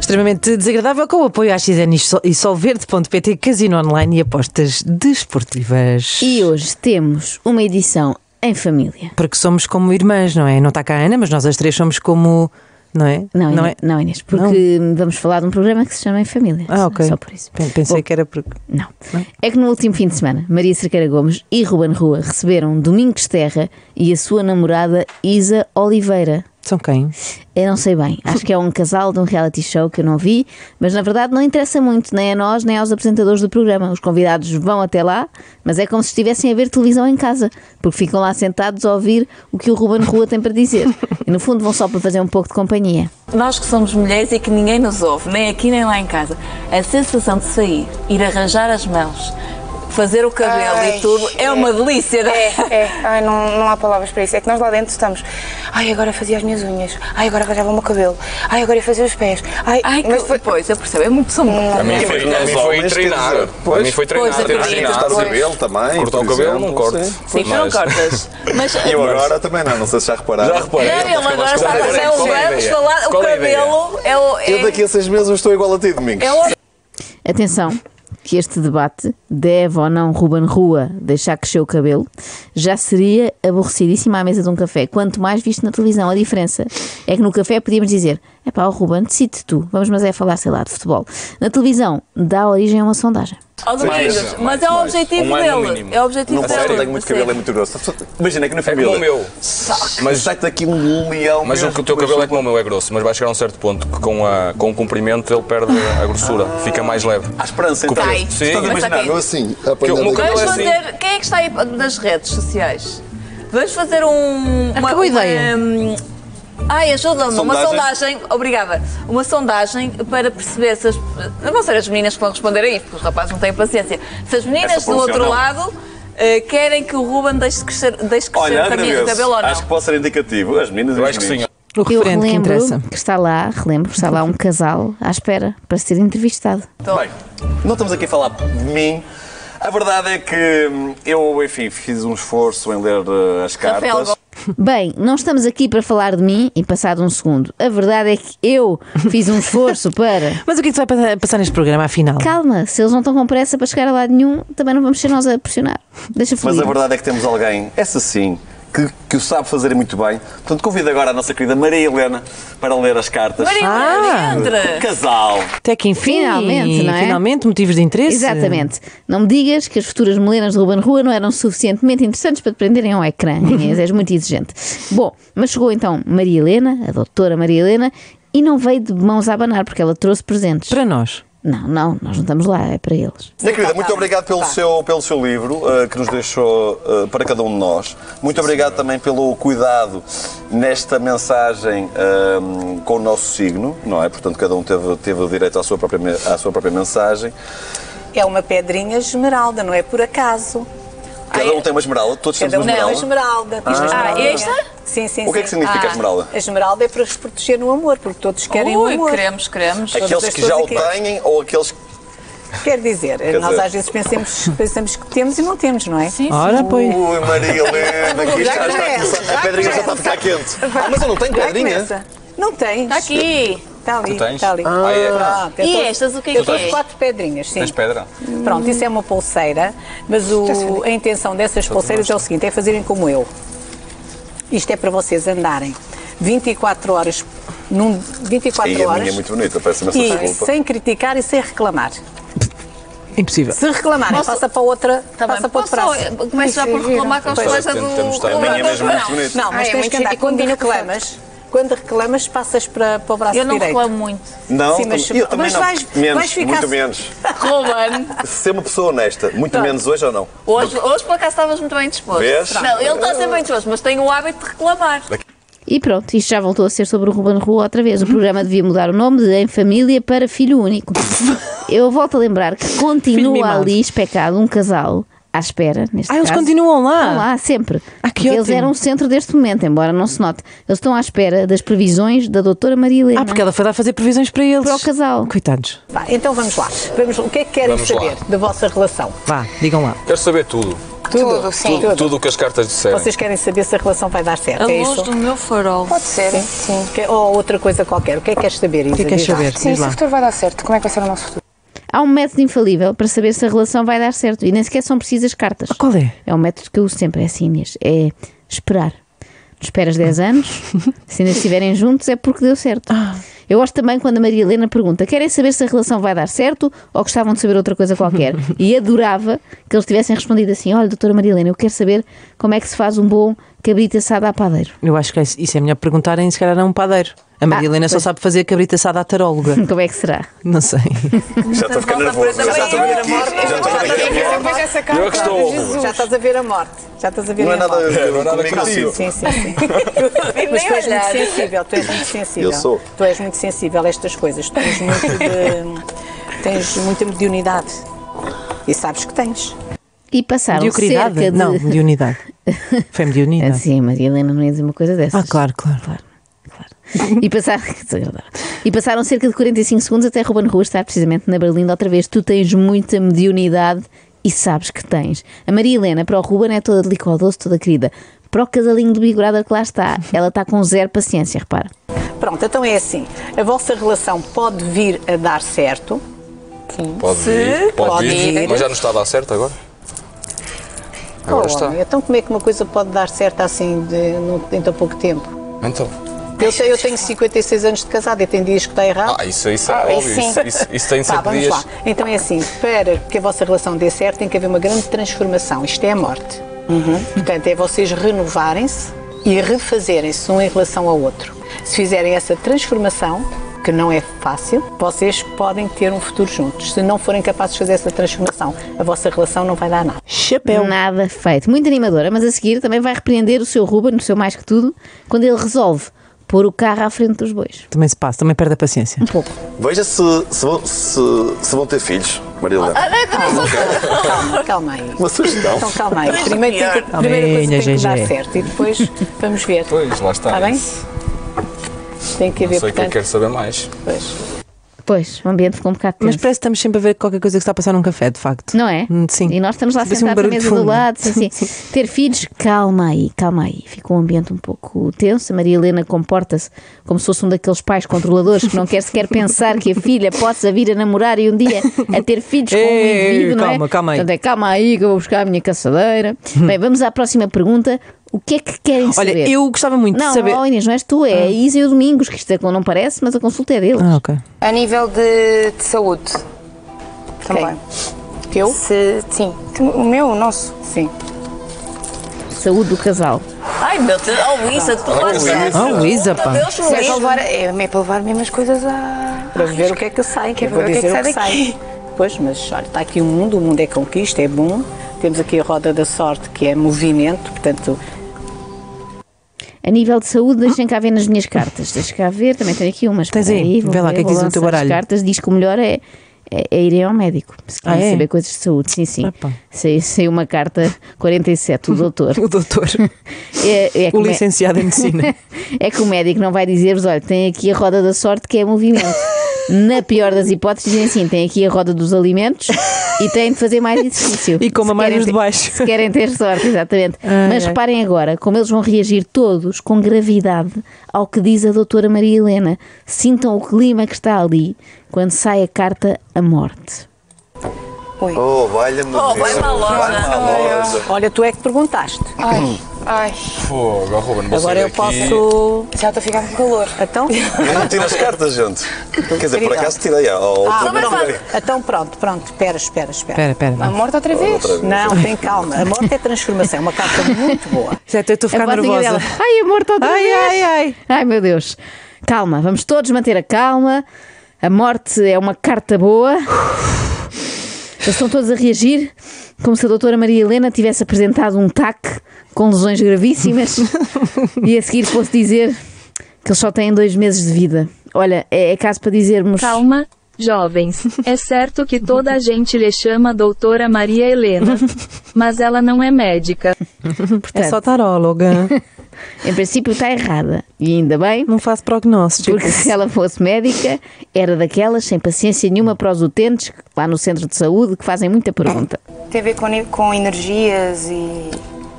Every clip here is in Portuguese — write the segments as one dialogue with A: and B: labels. A: extremamente desagradável com o apoio à XN e Solverde.pt, Casino Online e apostas desportivas.
B: E hoje temos uma edição em família.
A: Porque somos como irmãs, não é? Não está cá a Ana, mas nós as três somos como. Não é?
B: Não, Inês, não, Inês, porque vamos falar de um programa que se chama Em Família.
A: Ah, ok.
B: Só por isso.
A: Pen- Pensei que era porque.
B: Não. É que no último fim de semana, Maria Cerqueira Gomes e Ruben Rua receberam Domingos Terra e a sua namorada Isa Oliveira.
A: São quem?
B: Eu não sei bem, acho que é um casal de um reality show que eu não vi, mas na verdade não interessa muito, nem a nós, nem aos apresentadores do programa. Os convidados vão até lá, mas é como se estivessem a ver televisão em casa, porque ficam lá sentados a ouvir o que o Ruben Rua tem para dizer. E no fundo vão só para fazer um pouco de companhia.
C: Nós que somos mulheres e que ninguém nos ouve, nem aqui nem lá em casa, a sensação de sair, ir arranjar as mãos, fazer o cabelo
D: Ai,
C: e tudo é,
D: é.
C: uma delícia, não é?
D: É, é. Ai, não, não há palavras para isso. É que nós lá dentro estamos. Ai, agora fazia as minhas unhas. Ai, agora arranjava o meu cabelo. Ai, agora ia fazer os pés. Ai,
C: Ai, que
D: mas foi-
C: pois, eu percebo, é muito são
E: A mim foi,
F: Para mim
E: nós
F: foi
E: homens,
F: treinar.
E: quer dizer,
F: Para
E: pois,
F: mim foi treinar,
C: pois,
F: ter
C: acredito,
F: treinado.
E: cortar o
C: Pois.
E: cabelo também.
F: Cortar o
E: por
F: cabelo,
E: exemplo,
F: não corte.
E: sei.
C: Sim, tu não
F: Mas-
C: cortas. Mas
E: E eu agora também não, não sei se já repararam.
F: Já reparei.
C: Não, ele
F: Mas
C: agora é
F: qual
C: está a
F: é a
C: fazer
F: ideia?
C: um
F: Qual é a
C: vamos
F: ideia?
C: falar, o
F: Qual é a ideia?
C: cabelo é o. É,
E: Eu daqui a seis meses eu estou igual a ti, Domingos.
C: é o-
B: Atenção, que este debate deve ou não Ruben Rua deixar crescer o cabelo já seria aborrecidíssimo à mesa de um café. Quanto mais visto na televisão, a diferença é que no café podíamos dizer: é pá, Ruben, decide tu, vamos, mas é falar, sei lá, de futebol. Na televisão, dá origem a uma sondagem.
C: Ó, Domingos,
F: Mais,
C: mas
F: mais,
C: é o
F: mais.
C: objetivo
F: Um ano no
C: dele.
F: mínimo.
C: É o objetivo
E: Não
C: dele.
E: posso, eu tenho muito
C: Sim.
E: cabelo, é muito grosso. Imagina que na
F: É
E: família.
F: como o meu.
E: Mas
F: Mas-
E: sai daqui um leão.
F: Mas o
E: mesmo,
F: que o teu
E: depois-
F: cabelo é como o meu, é grosso, mas vai chegar a um certo ponto que com, a, com o comprimento ele perde a grossura, fica mais leve.
E: Há esperança, então.
C: Sai.
F: Sim.
E: Estás a
C: Tá Mas
E: imaginar?
C: ok.
E: Eu assim,
F: o meu
E: apanhando
F: cabelo
C: Vamos
F: é
E: aqui.
F: assim.
C: fazer. Quem é que está aí nas redes sociais? Vamos fazer um.
E: Ah,
A: que boa ideia.
C: um, Ai, ajuda-me, uma
E: Sondagem?
C: sondagem, obrigada, uma sondagem para perceber se as, não vão ser as meninas que vão responder a isto, porque os rapazes não têm paciência, se as meninas
E: Essa
C: do outro
E: profissional.
C: lado eh, querem que o Ruben deixe crescer, deixe crescer
E: Olha,
C: o caminho do
E: agradeço.
C: é cabelo ou não.
E: Acho que pode ser indicativo. As meninas e
F: Eu
E: os
F: acho que sim.
E: meninos.
A: O referente que
B: relembro
A: interessa.
B: que está lá, relembro, que está lá um casal à espera para ser entrevistado.
E: Bem, não estamos aqui a falar de mim. A verdade é que hum, eu, enfim, fiz um esforço em ler eh, as
C: Rafael
E: cartas.
C: Gomes.
B: Bem, não estamos aqui para falar de mim e passado um segundo. A verdade é que eu fiz um esforço para
A: Mas o que é que se vai passar- passar neste programa, afinal?
B: Calma, se eles não estão com pressa para chegar a lado nenhum, também não vamos ser nós a pressionar. Deixa
E: Mas
B: fluir.
E: a verdade é que temos alguém, essa sim, que, que o sabe fazer muito bem. Portanto, convido agora a nossa querida Maria Helena para ler as cartas. Um
C: Maria
A: Ah.
C: Helena, entra!
E: Casal.
A: Até que enfim.
B: Finalmente, não é?
A: Finalmente, motivos de interesse.
B: Exatamente. Não me digas que as futuras melenas de Ruben Rua não eram suficientemente interessantes para te prenderem ao ecrã. Inês, és muito exigente. Bom, mas chegou então Maria Helena, a doutora Maria Helena, e não veio de mãos a abanar, porque ela trouxe presentes.
A: Para nós.
B: Não, não, nós não estamos lá, é para eles.
E: Minha querida, muito obrigado pelo seu, pelo seu livro eh, que nos deixou eh, para cada um de nós. Muito obrigado também pelo cuidado nesta mensagem ehm, com o nosso signo, não é? Portanto, cada um teve, teve o direito à sua própria, me- à sua própria mensagem.
G: É uma pedrinha esmeralda, não é por acaso.
E: Cada um tem uma esmeralda, todos temos
G: Cada
E: uma
G: um
C: é
G: tem uma
E: esmeralda.
G: esmeralda. Diz uma
C: Ah,
G: esmeralda.
C: esta?
G: Sim, sim,
E: O que é que
G: sim.
E: significa
C: Ah.
E: esmeralda?
G: A esmeralda é para os proteger no amor, porque todos querem o
C: Ui,
G: amor.
C: queremos, queremos.
G: Aqui-
E: Aqueles que já o
G: pessoas aqui.
E: têm ou aqueles que.
G: Quer dizer, nós
E: dizer-
G: às vezes pensamos, pensamos que temos e não temos, não é? Sim.
A: Ora, pois.
E: Ui, Maria Helena, aqui já
G: Já
E: está a
G: começa,
E: começar.
G: já
E: A pedrinha já está a
G: começa.
E: ficar quente. Ah, mas eu não tenho pedrinha.
G: é Não tens.
C: Está Tá aqui!
G: Está ali.
F: Tu tens?
G: Está ali.
F: Ah, é.
E: tá.
G: Pronto, eu
C: E
G: trouxe-
C: estas, o que é
G: Eu
C: que
G: trouxe
C: é?
G: quatro pedrinhas, sim.
F: Tens pedra?
G: Pronto, isso é uma pulseira, mas o- a intenção dessas pulseiras é o seguinte: é fazerem como eu. Isto é para vocês andarem 24 horas num 24
E: E a
G: horas
E: minha é muito bonita, peço-me essa
G: e
E: desculpa.
G: sem criticar e sem reclamar.
A: Impossível.
G: Se reclamarem,
C: Posso-
G: passa para outra,
C: Tá bem,
G: passa para outro
C: posso-
G: prazo.
C: Começo já por reclamar com a
G: Pois.
C: coisa do.
F: Temos de estar-
C: do-
E: A minha é mesmo muito
C: Não.
E: bonita.
G: Não, mas
D: Ah, é
G: tens
D: muito
G: que andar
D: chique,
G: quando
D: combina com o
G: reclamas. Quando reclamas, passas para, para o braço
C: Eu não
G: direito.
C: reclamo muito.
E: Não,
G: Sim, mas-
E: eu também
G: mas
E: não.
G: vais-
E: menos,
G: vais ficar-
E: muito menos.
C: Ruben.
E: Ser uma pessoa honesta, muito menos hoje ou não?
C: Hoje, hoje por acaso estavas muito bem disposto.
E: Vês?
C: Não, ele está sempre bem disposto, mas tem o hábito de reclamar.
B: E pronto, isto já voltou a ser sobre o Ruben Rua outra vez. O programa devia mudar o nome de Em Família para Filho Único. Eu volto a lembrar que
A: Filho
B: continua
A: mimado.
B: ali especado um casal à espera, neste
A: Ah, eles
B: caso.
A: continuam lá?
B: Estão lá, sempre.
A: Ah, que
B: Porque eles
A: ótimo.
B: eram o centro deste momento, embora não se note. Eles estão à espera das previsões da doutora Maria Helena.
A: Ah, porque ela foi lá fazer previsões para eles.
B: é? Para o casal.
A: Coitados.
G: Vá, então vamos lá. Vamos, o que é que querem
F: Vamos lá.
G: saber da vossa relação?
A: Vá, digam lá.
F: Quero saber tudo.
D: Tudo, sim.
F: Tudo, tudo o que as cartas disseram.
G: Vocês querem saber se a relação vai dar certo,
C: A
G: é
C: luz
G: isso?
C: do meu farol.
D: Pode ser, sim.
G: Que- Ou outra coisa qualquer. O que é que queres saber, Isa?
A: que queres
G: Diz lá.
A: saber?
D: Sim,
A: Diz
D: se o
A: lá.
D: futuro vai dar certo, como é que vai ser o nosso futuro?
B: Há um método infalível para saber se a relação vai dar certo e nem sequer são precisas cartas.
A: Qual é?
B: É um método que eu uso sempre, é assim, Inês. É esperar. Tu Esperas 10 anos, se ainda estiverem juntos é porque deu certo.
A: Ah.
B: Eu gosto também quando a Maria Helena pergunta: querem saber se a relação vai dar certo ou gostavam de saber outra coisa qualquer? E adorava que eles tivessem respondido assim: olha, doutora Maria Helena, eu quero saber como é que se faz um bom cabrito assado à padeiro.
A: Eu acho que isso é melhor perguntarem, se calhar, a um padeiro. A Maria
B: Ah,
A: Helena só
B: pois.
A: sabe fazer cabrita assada à taróloga.
B: Como é que será?
A: Não sei.
E: Já estou a ficar nervoso. Já estou a ver aqui. Já estou a ver aqui.
D: Depois dessa carta,
F: Eu é que estou.
D: Jesus.
G: Já estás a ver a morte. Já estás a ver
E: Não
G: a
E: é nada
G: morte.
E: não é nada comigo.
G: Sim, sim, sim.
C: Nem
G: Mas tu és muito
C: olhar.
G: sensível, tu és muito sensível.
E: Eu sou.
G: Tu és muito sensível a estas coisas. Tu és muito de, tens muita mediunidade. E sabes que tens.
B: E passaram
A: Mediocridade?
B: um cerca de.
A: Não, de unidade. Foi de
B: Ah,
A: unidade.
B: Sim, a Maria Helena não ia dizer uma coisa dessas.
A: Ah, claro, claro.
B: E passaram, que desagradável. e passaram cerca de 45 segundos até Ruben Rua estar precisamente na Berlinda outra vez. Tu tens muita mediunidade e sabes que tens. A Maria Helena para o Ruben é toda de licor doce, toda querida. Para o casalinho de bigorada que lá está, ela está com zero paciência, repara.
G: Pronto, então é assim. A vossa relação pode vir a dar certo.
F: Pode vir,
G: pode
F: pode vir,
G: vir.
F: mas já não está a dar certo agora? Agora
G: Oh,
F: está.
G: homem, Então como é que uma coisa pode dar certo assim de, num- em tão pouco tempo?
F: Então.
G: Eu, sei- eu tenho 56 anos de casada e tem dias que está errado.
F: Ah, isso, isso é
D: Ah,
F: óbvio.
D: sim.
F: Isso, isso, isso tem
G: Pá,
F: sempre
G: Tá, vamos
F: dias.
G: lá. Então é assim, para que a vossa relação dê certo tem que haver uma grande transformação. Isto é a morte.
F: Uhum.
G: Portanto, é vocês renovarem-se e refazerem-se um em relação ao outro. Se fizerem essa transformação, que não é fácil, vocês podem ter um futuro juntos. Se não forem capazes de fazer essa transformação, a vossa relação não vai dar nada.
A: Chapéu.
B: Nada feito. Muito animadora, mas a seguir também vai repreender o seu Ruben, no seu mais que tudo, quando ele resolve pôr o carro à frente dos bois.
A: Também se passa, também perde a paciência.
B: Um pouco.
E: Veja se, se, vão, se, se vão ter filhos, Maria Helena.
G: Calma, calma aí.
E: Uma sugestão.
G: Então calma aí. Primeiro tem que, a primeira coisa tem que dar certo e depois vamos ver.
F: Pois, lá está.
G: Está bem?
F: Isso.
G: Tem que
F: Não
G: haver,
F: sei o que é. eu
G: portanto,
F: quero saber mais.
G: depois.
B: Pois, o ambiente ficou um bocado tenso.
A: Mas parece que estamos sempre a ver qualquer coisa que está a passar num café, de facto.
B: Não é?
A: Hum, Sim.
B: E nós estamos lá
A: Tipo assim,
B: sentados na
A: barulho de
B: mesa do
A: fundo.
B: lado, assim, assim. ter filhos, calma aí, calma aí. Ficou um ambiente um pouco tenso. A Maria Helena comporta-se como se fosse um daqueles pais controladores que não quer sequer pensar que a filha possa vir a namorar e um dia a ter filhos com um
A: Ei,
B: indivíduo, não é?
A: calma, calma aí. Hum.
B: Portanto, é, calma aí que eu vou buscar a minha caçadeira. Bem, vamos à próxima pergunta. O que é que querem saber?
A: Olha, eu gostava muito
B: Não,
A: de saber.
B: oh, Inês, não és tu, é a Isa e o Domingos, que isto é que não parece, mas a consulta é deles.
A: Ah, ok.
D: A nível de, de saúde. Também.
G: Teu?
D: Se, sim. O meu, o nosso.
G: Sim.
B: Saúde do casal.
C: Ai meu Deus, oh Luísa, tu lá estás.
A: Oh, Luísa, pá.
C: Meu Deus,
D: Se é, para
C: Luísa.
D: levar, é, é para levar mesmo as coisas a.
G: para ver o que é que sai,
D: Quer
G: que eu vou
D: ver o que é que
G: dizer
D: sai
G: o que sai.
D: daqui?
G: Pois, mas olha, está aqui o mundo, o mundo é conquista, é bom. Temos aqui a roda da sorte, que é movimento, portanto,
B: A nível de saúde, deixem cá ver nas minhas cartas. Deixa cá ver, também tenho aqui umas.
A: Tens
B: Espera
A: aí,
B: vou
A: vê lá o que é que
B: vou
A: diz no teu
B: lançar as
A: baralho.
B: cartas diz que o melhor é, é, é irem ao médico, se
A: Ah,
B: querem
A: é?
B: saber coisas de saúde. Sim, sim.
A: Epá.
B: Saiu, saiu uma carta 47, o doutor.
A: O doutor.
B: É, é
A: o
B: que o mé-
A: licenciado em medicina.
B: é que o médico não vai dizer-vos: olha, tem aqui a roda da sorte que é movimento. Na pior das hipóteses, dizem assim: tem aqui a roda dos alimentos e têm de fazer mais exercício.
A: E coma
B: Se
A: mais
B: querem
A: os de
B: ter-
A: baixo.
B: Se querem ter sorte, exatamente. Mas reparem agora como eles vão reagir todos com gravidade ao que diz a doutora Maria Helena. Sintam o clima que está ali quando sai a carta A Morte.
E: Oh, valha-me.
C: Oh, vai-me à loja.
E: Vai-me à loja.
G: olha, tu é que perguntaste.
D: Ai, ai.
F: Fogo, oh, Ruben, vou
G: Agora
F: sair
G: eu
F: daqui.
G: posso.
D: Já estou a ficar com calor.
G: Então?
E: Eu é? não tiro as cartas, gente. Quer dizer, por acaso tirei. Oh,
G: Ah,
E: também tirei.
G: pronto. Então pronto, pronto, espera, espera, espera.
A: Espera, espera.
D: A
A: não.
D: morte outra vez?
E: Outra vez.
G: Não, tem calma. A morte é transformação, é uma carta muito boa.
A: Já até estou a ficar
B: a vozinha
A: nervosa.
B: dela. Ai, amor, está outra
A: Ai,
B: vez.
A: ai, ai.
B: Ai, meu Deus. Calma, vamos todos manter a calma. A morte é uma carta boa. Eles estão todos a reagir como se a doutora Maria Helena tivesse apresentado um TAC com lesões gravíssimas e a seguir fosse dizer que eles só têm dois meses de vida. Olha, é, é caso para dizermos
C: Calma,
H: Jovens, é certo que toda a gente lhe chama Doutora Maria Helena, mas ela não é médica.
A: É só taróloga.
B: Em princípio está errada. E ainda bem,
A: Não faço prognósticos.
B: porque se ela fosse médica, era daquelas sem paciência nenhuma para os utentes lá no centro de saúde que fazem muita pergunta.
D: Tem a ver com, ni- com energias e.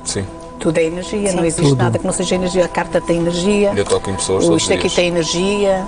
F: Sim.
G: Tudo é energia, não existe nada que não seja energia. A carta tem energia.
F: Eu toco em pessoas
G: o
F: todos
G: Isto
F: os
G: aqui
F: dias.
G: tem energia.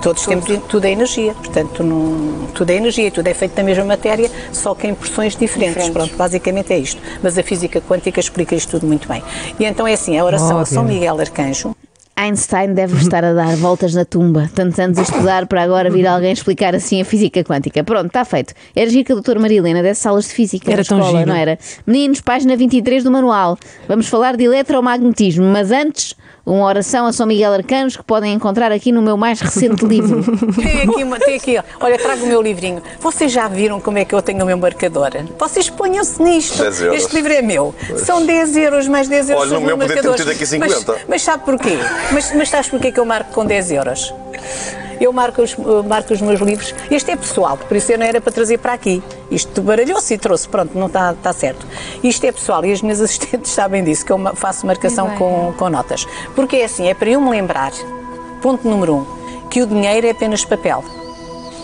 G: Todos temos tudo é energia, portanto não, tudo é energia, tudo é feito da mesma matéria, só que em porções diferentes.
D: Diferentes.
G: Pronto, basicamente é isto. Mas a física quântica explica isto tudo muito bem. E então é assim, a oração a São
A: Ótimo.
G: Miguel Arcanjo
B: Einstein deve estar a dar voltas na tumba, tantos anos a estudar para agora vir alguém explicar assim a física quântica. Pronto, está feito. Era giro que a doutora Marilena desse aulas de física
A: Era
B: na
A: tão
B: escola,
A: giro.
B: não era? Meninos, página 23 do manual. Vamos falar de eletromagnetismo, mas antes, uma oração a São Miguel Arcanjo que podem encontrar aqui no meu mais recente livro.
G: Tem aqui, uma, tem aqui, ó. olha, trago o meu livrinho. Vocês já viram como é que eu tenho o meu marcador? Vocês ponham-se nisto.
E: 10 euros.
G: Este livro é meu. São 10 euros, mais 10 euros
E: Olha,
G: são
E: no meu
G: meus
E: podia ter
G: marcadores.
E: tido aqui
G: Mas,
E: 50.
G: mas sabe porquê? Mas, mas sabes porquê que eu marco com 10 euros? Eu marco os, eu marco os meus livros. Este é pessoal, por isso eu não era para trazer para aqui. Isto baralhou-se e trouxe, pronto, não está, está certo. Isto é pessoal e as minhas assistentes sabem disso, que eu ma- faço marcação com, com notas. Porque é assim, é para eu me lembrar, ponto número um, que o dinheiro é apenas papel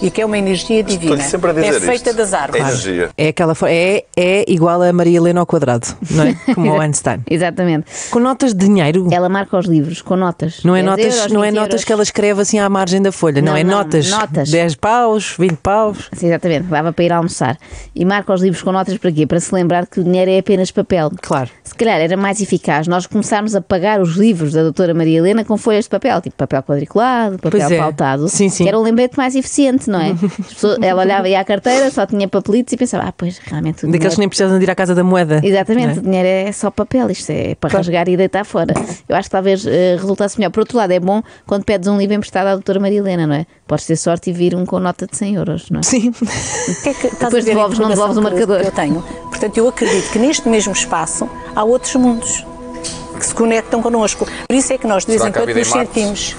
G: e que é uma energia divina.
E: Estou-lhe sempre a dizer
G: é feita
E: isto.
G: das árvores.
E: É energia.
A: É aquela for- é, é igual a Maria Helena ao quadrado, não é? Como o Einstein.
B: Exatamente.
A: Com notas de dinheiro.
B: Ela marca os livros com notas.
A: Não é,
B: 10
A: notas,
B: euros,
A: não é
B: 20
A: notas
B: euros.
A: que ela escreve assim à margem da folha, não,
B: Não,
A: é
B: não,
A: notas,
B: notas.
A: 10 paus, 20 paus.
B: Sim, exatamente, dava para ir almoçar. E marca os livros com notas para quê? Para se lembrar que o dinheiro é apenas papel.
A: Claro.
B: Se calhar era mais eficaz nós começarmos a pagar os livros da doutora Maria Helena com folhas de papel, tipo papel quadriculado, papel
A: Pois é.
B: pautado,
A: Sim, sim.
B: que era um lembrete mais eficiente, não é? As pessoas- ela olhava aí à carteira, só tinha papelitos e pensava, ah, pois, realmente o
A: Daqueles que
B: dinheiro...
A: nem precisam de ir à casa da moeda.
B: Exatamente,
A: não
B: o dinheiro é só papel, isto é para rasgar e deitar fora. Eu acho que talvez eh, resultasse melhor. Por outro lado, é bom quando pedes um livro emprestado à doutora Maria Helena, não é? Podes ter sorte e vir um com nota de 100 euros, não é?
A: é? Sim.
G: O que é que estás a
B: Depois
G: ver a
B: devolves, não
G: informação
B: devolves o
G: que eu-
B: marcador.
G: que Eu tenho. Portanto, eu acredito que neste mesmo espaço há outros mundos que se conectam connosco. Por isso é que nós, de vez
F: Será
G: em
F: que há
G: quando,
F: vida em
G: nos
F: Marte?
G: sentimos.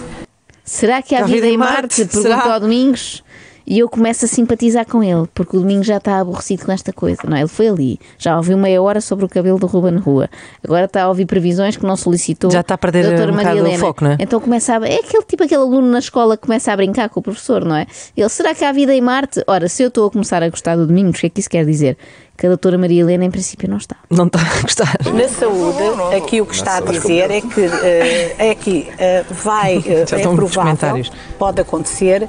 B: Será que há vida, em Marte? Pergunta
A: Será?
B: ao Domingos. E eu começo a simpatizar com ele, porque o Domingos já está aborrecido com esta coisa. Não, é? ele foi ali, já ouviu meia hora sobre o cabelo do Ruben Rua. Agora está a ouvir previsões que não solicitou.
A: Já está a perder
B: da doutora
A: um
B: Maria
A: bocado o
B: Helena.
A: foco, não é?
B: Então começa a... É aquele tipo, aquele aluno na escola que começa a brincar com o professor, não é? Ele, será que há vida em Marte? Ora, se eu estou a começar a gostar do Domingos, o que é que isso quer dizer? Que a doutora Maria Helena, em princípio, não está.
A: Não está a gostar.
G: Na saúde, aqui o que está a dizer é que, eh, é que eh, vai, eh,
A: Já
G: é
A: estão muitos
G: provável,
A: comentários.
G: pode acontecer,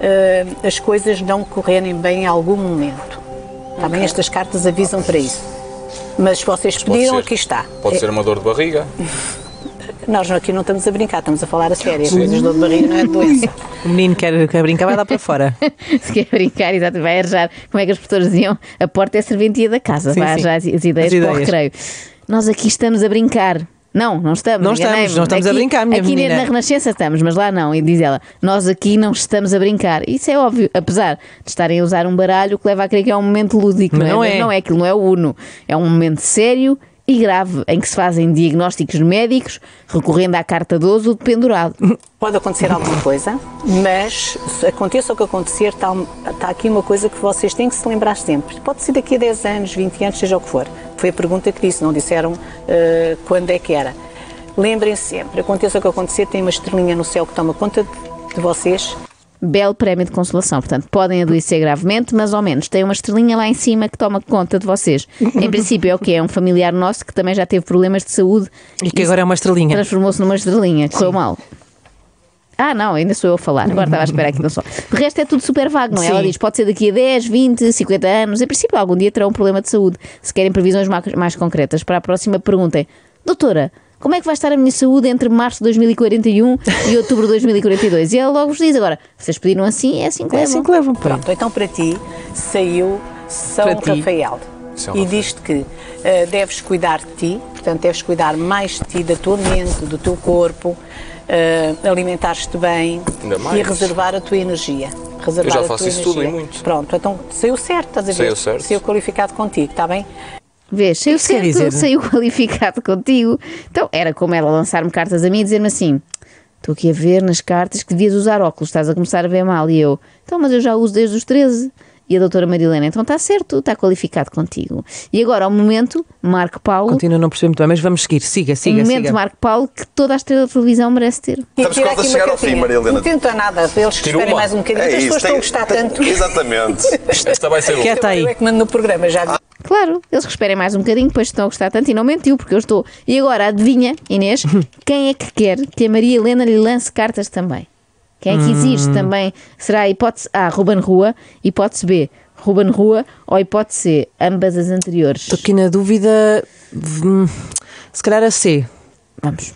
G: eh, as coisas não correrem bem em algum momento. Também estas cartas avisam para isso. Mas vocês
F: Pode
G: pediram,
F: ser-
G: aqui está. É,
F: Pode ser uma dor de barriga.
G: Nós aqui não estamos a brincar, estamos a falar a sério. As coisas de dor de barriga não é doença.
A: O menino quer, quer brincar, vai lá para fora.
B: Se quer brincar, exato, vai arranjar. Como é que as pessoas diziam? A porta é a serventia da casa,
A: Sim,
B: vai
A: sim.
B: arranjar as, as ideias
A: As
B: para o
A: ideias.
B: recreio. Nós aqui estamos a brincar. Não, não estamos.
A: Não estamos,
B: enganei-me.
A: não estamos a
B: Aqui-
A: brincar, minha
B: Aqui na-
A: menina.
B: na Renascença estamos, mas lá não. E diz ela, nós aqui não estamos a brincar. Isso é óbvio, apesar de estarem a usar um baralho que leva a crer que é um momento lúdico.
A: Mas
B: não,
A: não
B: é,
A: é.
B: Mas não é aquilo, não é o Uno. É um momento sério e grave em que se fazem diagnósticos médicos recorrendo à carta 12 do pendurado.
G: Pode acontecer alguma coisa, mas se aconteça o que acontecer, está, está aqui uma coisa que vocês têm que se lembrar sempre. Pode ser daqui a 10 anos, 20 anos, seja o que for. Foi a pergunta que disse, não disseram eh, quando é que era. Lembrem se sempre, aconteça o que acontecer, tem uma estrelinha no céu que toma conta de, de vocês.
B: belo prémio de consolação. Portanto, podem adoecer gravemente, mas ao menos tem uma estrelinha lá em cima que toma conta de vocês. Em princípio, é o que é um familiar nosso que também já teve problemas de saúde
A: E que agora é uma estrelinha.
B: transformou-se numa estrelinha. Correu mal. Ah, não, ainda sou eu a falar. Agora estava a esperar aqui não só. De resto é tudo super vago, não é? Ela
A: Uhum. Sim.
B: diz: pode ser daqui a 10, 20, 50 anos. Em princípio, algum dia terão um problema de saúde. Se querem previsões ma- mais concretas, para a próxima, perguntem: Doutora, como é que vai estar a minha saúde entre março de 2041 e outubro de 2042? E ela logo vos diz: agora, vocês pediram assim, é assim que
A: É
B: levam.
A: assim que levam. Pronto.
G: Pronto,
F: Tá.
G: então para ti saiu São
A: Para ti.
G: Rafael.
F: São
G: E
F: um Rafael.
G: diz-te que eh, deves cuidar de ti, portanto, deves cuidar mais de ti, da tua mente, do teu corpo, eh, alimentares-te bem
F: Ainda
G: e
F: mais.
G: reservar a tua energia. Reservar
F: já
G: a
F: faço
G: tua
F: isso tudo e
G: energia.
F: muito.
G: Pronto, então saiu certo, estás a ver?
F: Saiu certo.
G: Saiu qualificado contigo, está bem?
B: Vês, saiu
A: é Isso quer
B: certo,
A: dizer-
B: saiu qualificado contigo. Então era como ela lançar-me cartas a mim e dizer-me assim: Estou aqui a ver nas cartas que devias usar óculos, estás a começar a ver mal. E eu, então, mas eu já uso desde os 13. E a doutora Marilena, então está certo, está qualificado contigo. E agora, ao momento, Marco Paulo,
A: Continuo a não perceber muito bem, mas vamos seguir. Siga,
B: o
A: siga,
B: Um momento
A: siga.
B: Marco Paulo que toda a estrela da televisão merece ter.
G: E
E: Estamos
G: tira
E: quase a
G: aqui uma
E: chegar ao fim,
G: cartinha.
E: Maria Helena. É
G: Não tentam nada deles, que
F: Tira
G: esperem
F: uma.
G: mais um bocadinho. As pessoas estão a gostar tanto.
E: Exatamente.
F: Esta vai ser
A: Quieto.
F: o
A: Está aí.
G: Eu é que mando no programa,
E: Ah,
G: já vi.
B: Claro, eles que esperem mais um bocadinho, depois estão a gostar tanto e não mentiu, porque eu estou. E agora, adivinha, Inês, quem é que quer que a Maria Helena lhe lance cartas também? Quem é que exige também? Será a hipótese A, Ruben Rua, hipótese B, Ruben Rua ou hipótese C, ambas as anteriores?
A: Estou aqui na dúvida. hum, Se calhar a C.
B: Vamos.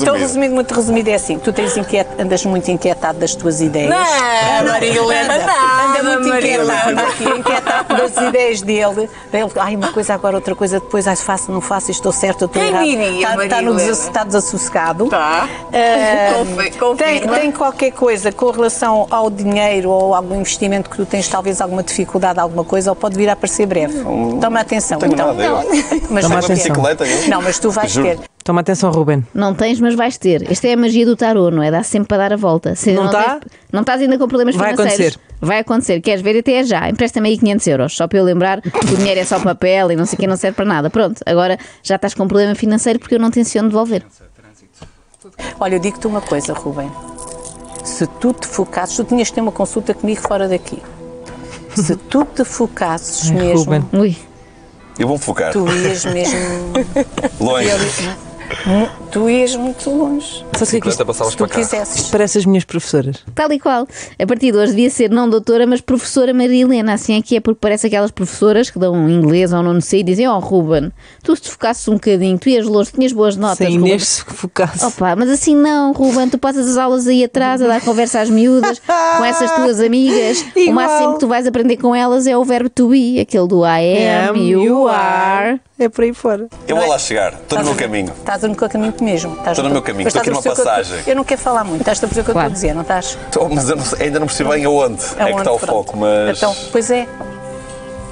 G: Então, resumido, muito resumido, é assim: tu tens inquiet... andas muito inquietado das tuas ideias.
C: Ah, Maria Helena,
G: Anda muito inquietado,
C: Helena.
G: aqui, inquietado das ideias dele. Ele, ai, uma coisa agora, outra coisa depois, ai, faço, não faço, estou certo, estou
C: Quem
G: errado.
C: diria,
G: Está-
C: Maria
G: está, no
C: Helena?
G: desasso- está desassossegado.
C: Tá. né?
G: Ah,
C: Confi- confirma.
G: Tem, tem qualquer coisa com relação ao dinheiro ou algum investimento que tu tens, talvez alguma dificuldade, alguma coisa, ou pode vir a aparecer breve. Toma atenção.
E: tenho
G: então.
E: nada, eu.
G: Mas
A: Toma
G: vais ter.
A: atenção.
E: Bicicleta, eu.
G: é? Não, mas tu vais
E: Juro.
G: ter.
A: Toma atenção, Ruben.
B: Não tens, mas vais ter. Esta é a magia do tarô, não é? Dá sempre para dar a volta. Se ainda
A: Não tá?
B: tens- Não estás ainda com problemas
A: Vai
B: financeiros.
A: acontecer.
B: Vai acontecer. Queres ver até é já? Empresta-me aí 500 euros, só para eu lembrar que o dinheiro é só papel e não sei o que, não serve para nada. Pronto, agora já estás com um problema financeiro porque eu não tenciono devolver.
G: Olha, eu digo-te uma coisa, Rubem. Se tu te focasses, tu tinhas de ter uma consulta comigo fora daqui. Se tu te focasses
A: Ai,
G: mesmo,
A: Ruben.
B: Ui,
E: Eu vou focar.
G: tu é ias mesmo.
E: Longe.
G: tu ias muito longe.
A: Sabes o que é que isto
F: Bicicleta passavas
G: Se tu
F: para cá.
G: quisesses.
A: isto parece as minhas professoras?
B: tal e qual. A partir de hoje devia ser não doutora, mas professora Maria Helena. Assim é que é, porque parece aquelas professoras que dão um inglês ou não sei e dizem: Oh, Ruben, tu se te focasses um bocadinho, tu ias longe, tinhas boas notas.
A: Sem
B: Ruben."
A: Inês se focasse.
B: Opa, mas assim não, Ruben, tu passas as aulas aí atrás a dar conversa às miúdas com essas tuas amigas. O
A: Igual.
B: máximo que tu vais aprender com elas é o verbo to be, aquele do I am, you are.
A: É por aí fora.
E: Eu vou lá chegar.
G: Tá
E: Estou no meu caminho.
G: Estás no teu caminho mesmo. Estás
E: Estou no meu caminho,
G: mas
E: estou aqui
G: estás
E: numa
G: a perceber o que eu-
E: passagem.
G: Eu não quero falar muito, estás a perceber o que eu estou
B: Claro.
G: a dizer, não estás? É
E: Tô, mas eu não sei- ainda não percebi bem aonde, é que
G: Aonde,
E: está o
G: pronto.
E: foco, mas
G: Então, pois é.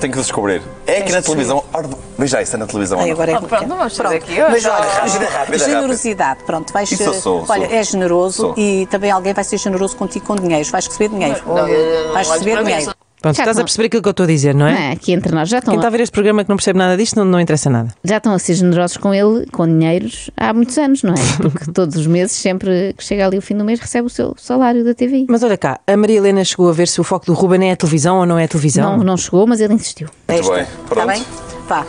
E: tenho que descobrir. É aqui
G: Tens
E: na
G: de
E: televisão. Ora, veja isso, é na televisão. ou
G: Ai,
E: não?
G: agora é
C: Ah,
G: que-
C: pronto, não vamos fazer
G: Pronto.
C: aqui hoje.
G: Mas olha,
C: Ah,
E: é rápida, rápida,
G: generosidade. Pronto, vais
E: Isso
G: ser.
E: eu sou,
G: olha,
E: sou.
G: é generoso
E: Sou.
G: e também alguém vai ser generoso contigo com dinheiros. Vais receber dinheiro.
C: Não, não, não,
G: vais
C: olhes
G: receber
C: para mim, é
G: dinheiro.
A: Pronto,
B: Já
A: estás
B: não.
A: a perceber aquilo que eu estou a dizer, não é?
B: Ah, aqui entre nós já
A: Quem
B: estão,
A: está a
B: a,
A: ver este programa que não percebe nada disto não, não interessa nada.
B: já estão a ser generosos com ele, com dinheiros, há muitos anos, não é? Porque todos os meses, sempre que chega ali o fim do mês, recebe o seu salário da TV.
A: Mas olha cá, a Maria Helena chegou a ver se o foco do Ruben é a televisão ou não é a televisão.
B: Não, não chegou, mas ele insistiu.
E: Muito
G: Esta.
E: bem,
G: Está
E: pronto.
G: bem? Vá.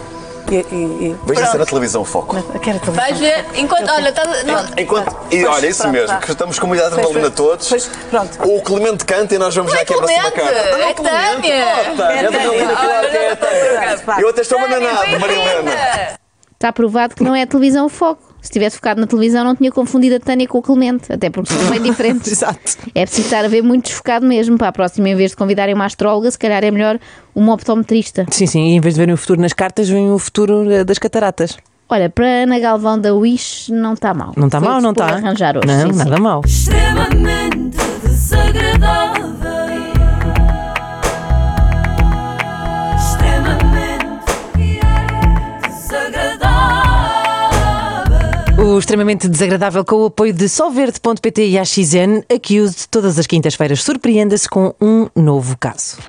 G: E, e, e...
E: Veja isso é na televisão o foco.
G: Quero te
C: Vais ver, enquanto, olha, estás. não,
E: Enquanto, e
G: Pois,
E: olha, isso
G: pronto,
E: mesmo,
G: vá.
E: que estamos com uma idade
G: Pois,
E: revelina
G: pois,
E: todos.
G: pois, pronto.
E: O Clemente canta e nós vamos
C: Não
E: já
C: é
E: aqui à próxima
C: Clemente,
E: carta.
C: é Tânia.
E: Oh, Tânia,
G: É
E: eu tenho
G: Tânia.
E: ouvido aquilo
C: Olha, já
E: até,
C: estou
E: Tânia.
G: preocupada.
E: Eu até estou
C: Tânia,
E: bananado, Maria Helena.
C: bem-vinda.
B: Está provado que não é a televisão o foco. Se tivesse focado na televisão, não tinha confundido a Tânia com o Clemente, até porque são bem diferentes.
A: Exato.
B: É preciso estar a ver muito desfocado mesmo. Para a próxima, em vez de convidarem uma astróloga, se calhar é melhor uma optometrista.
A: Sim, sim, e em vez de verem o futuro nas cartas, veem o futuro eh, das cataratas.
B: Olha, para Ana Galvão da Wish não está mal.
A: Não está
B: Foi
A: mal,
B: o que
A: não
B: se pôde
A: está?
B: arranjar hoje.
A: Não,
B: Sim, sim.
A: nada mal.
I: extremamente desagradável. Extremamente desagradável.
A: O extremamente desagradável com o apoio de solverde.pt e AXN, Accused, todas as quintas-feiras surpreenda-se com um novo caso.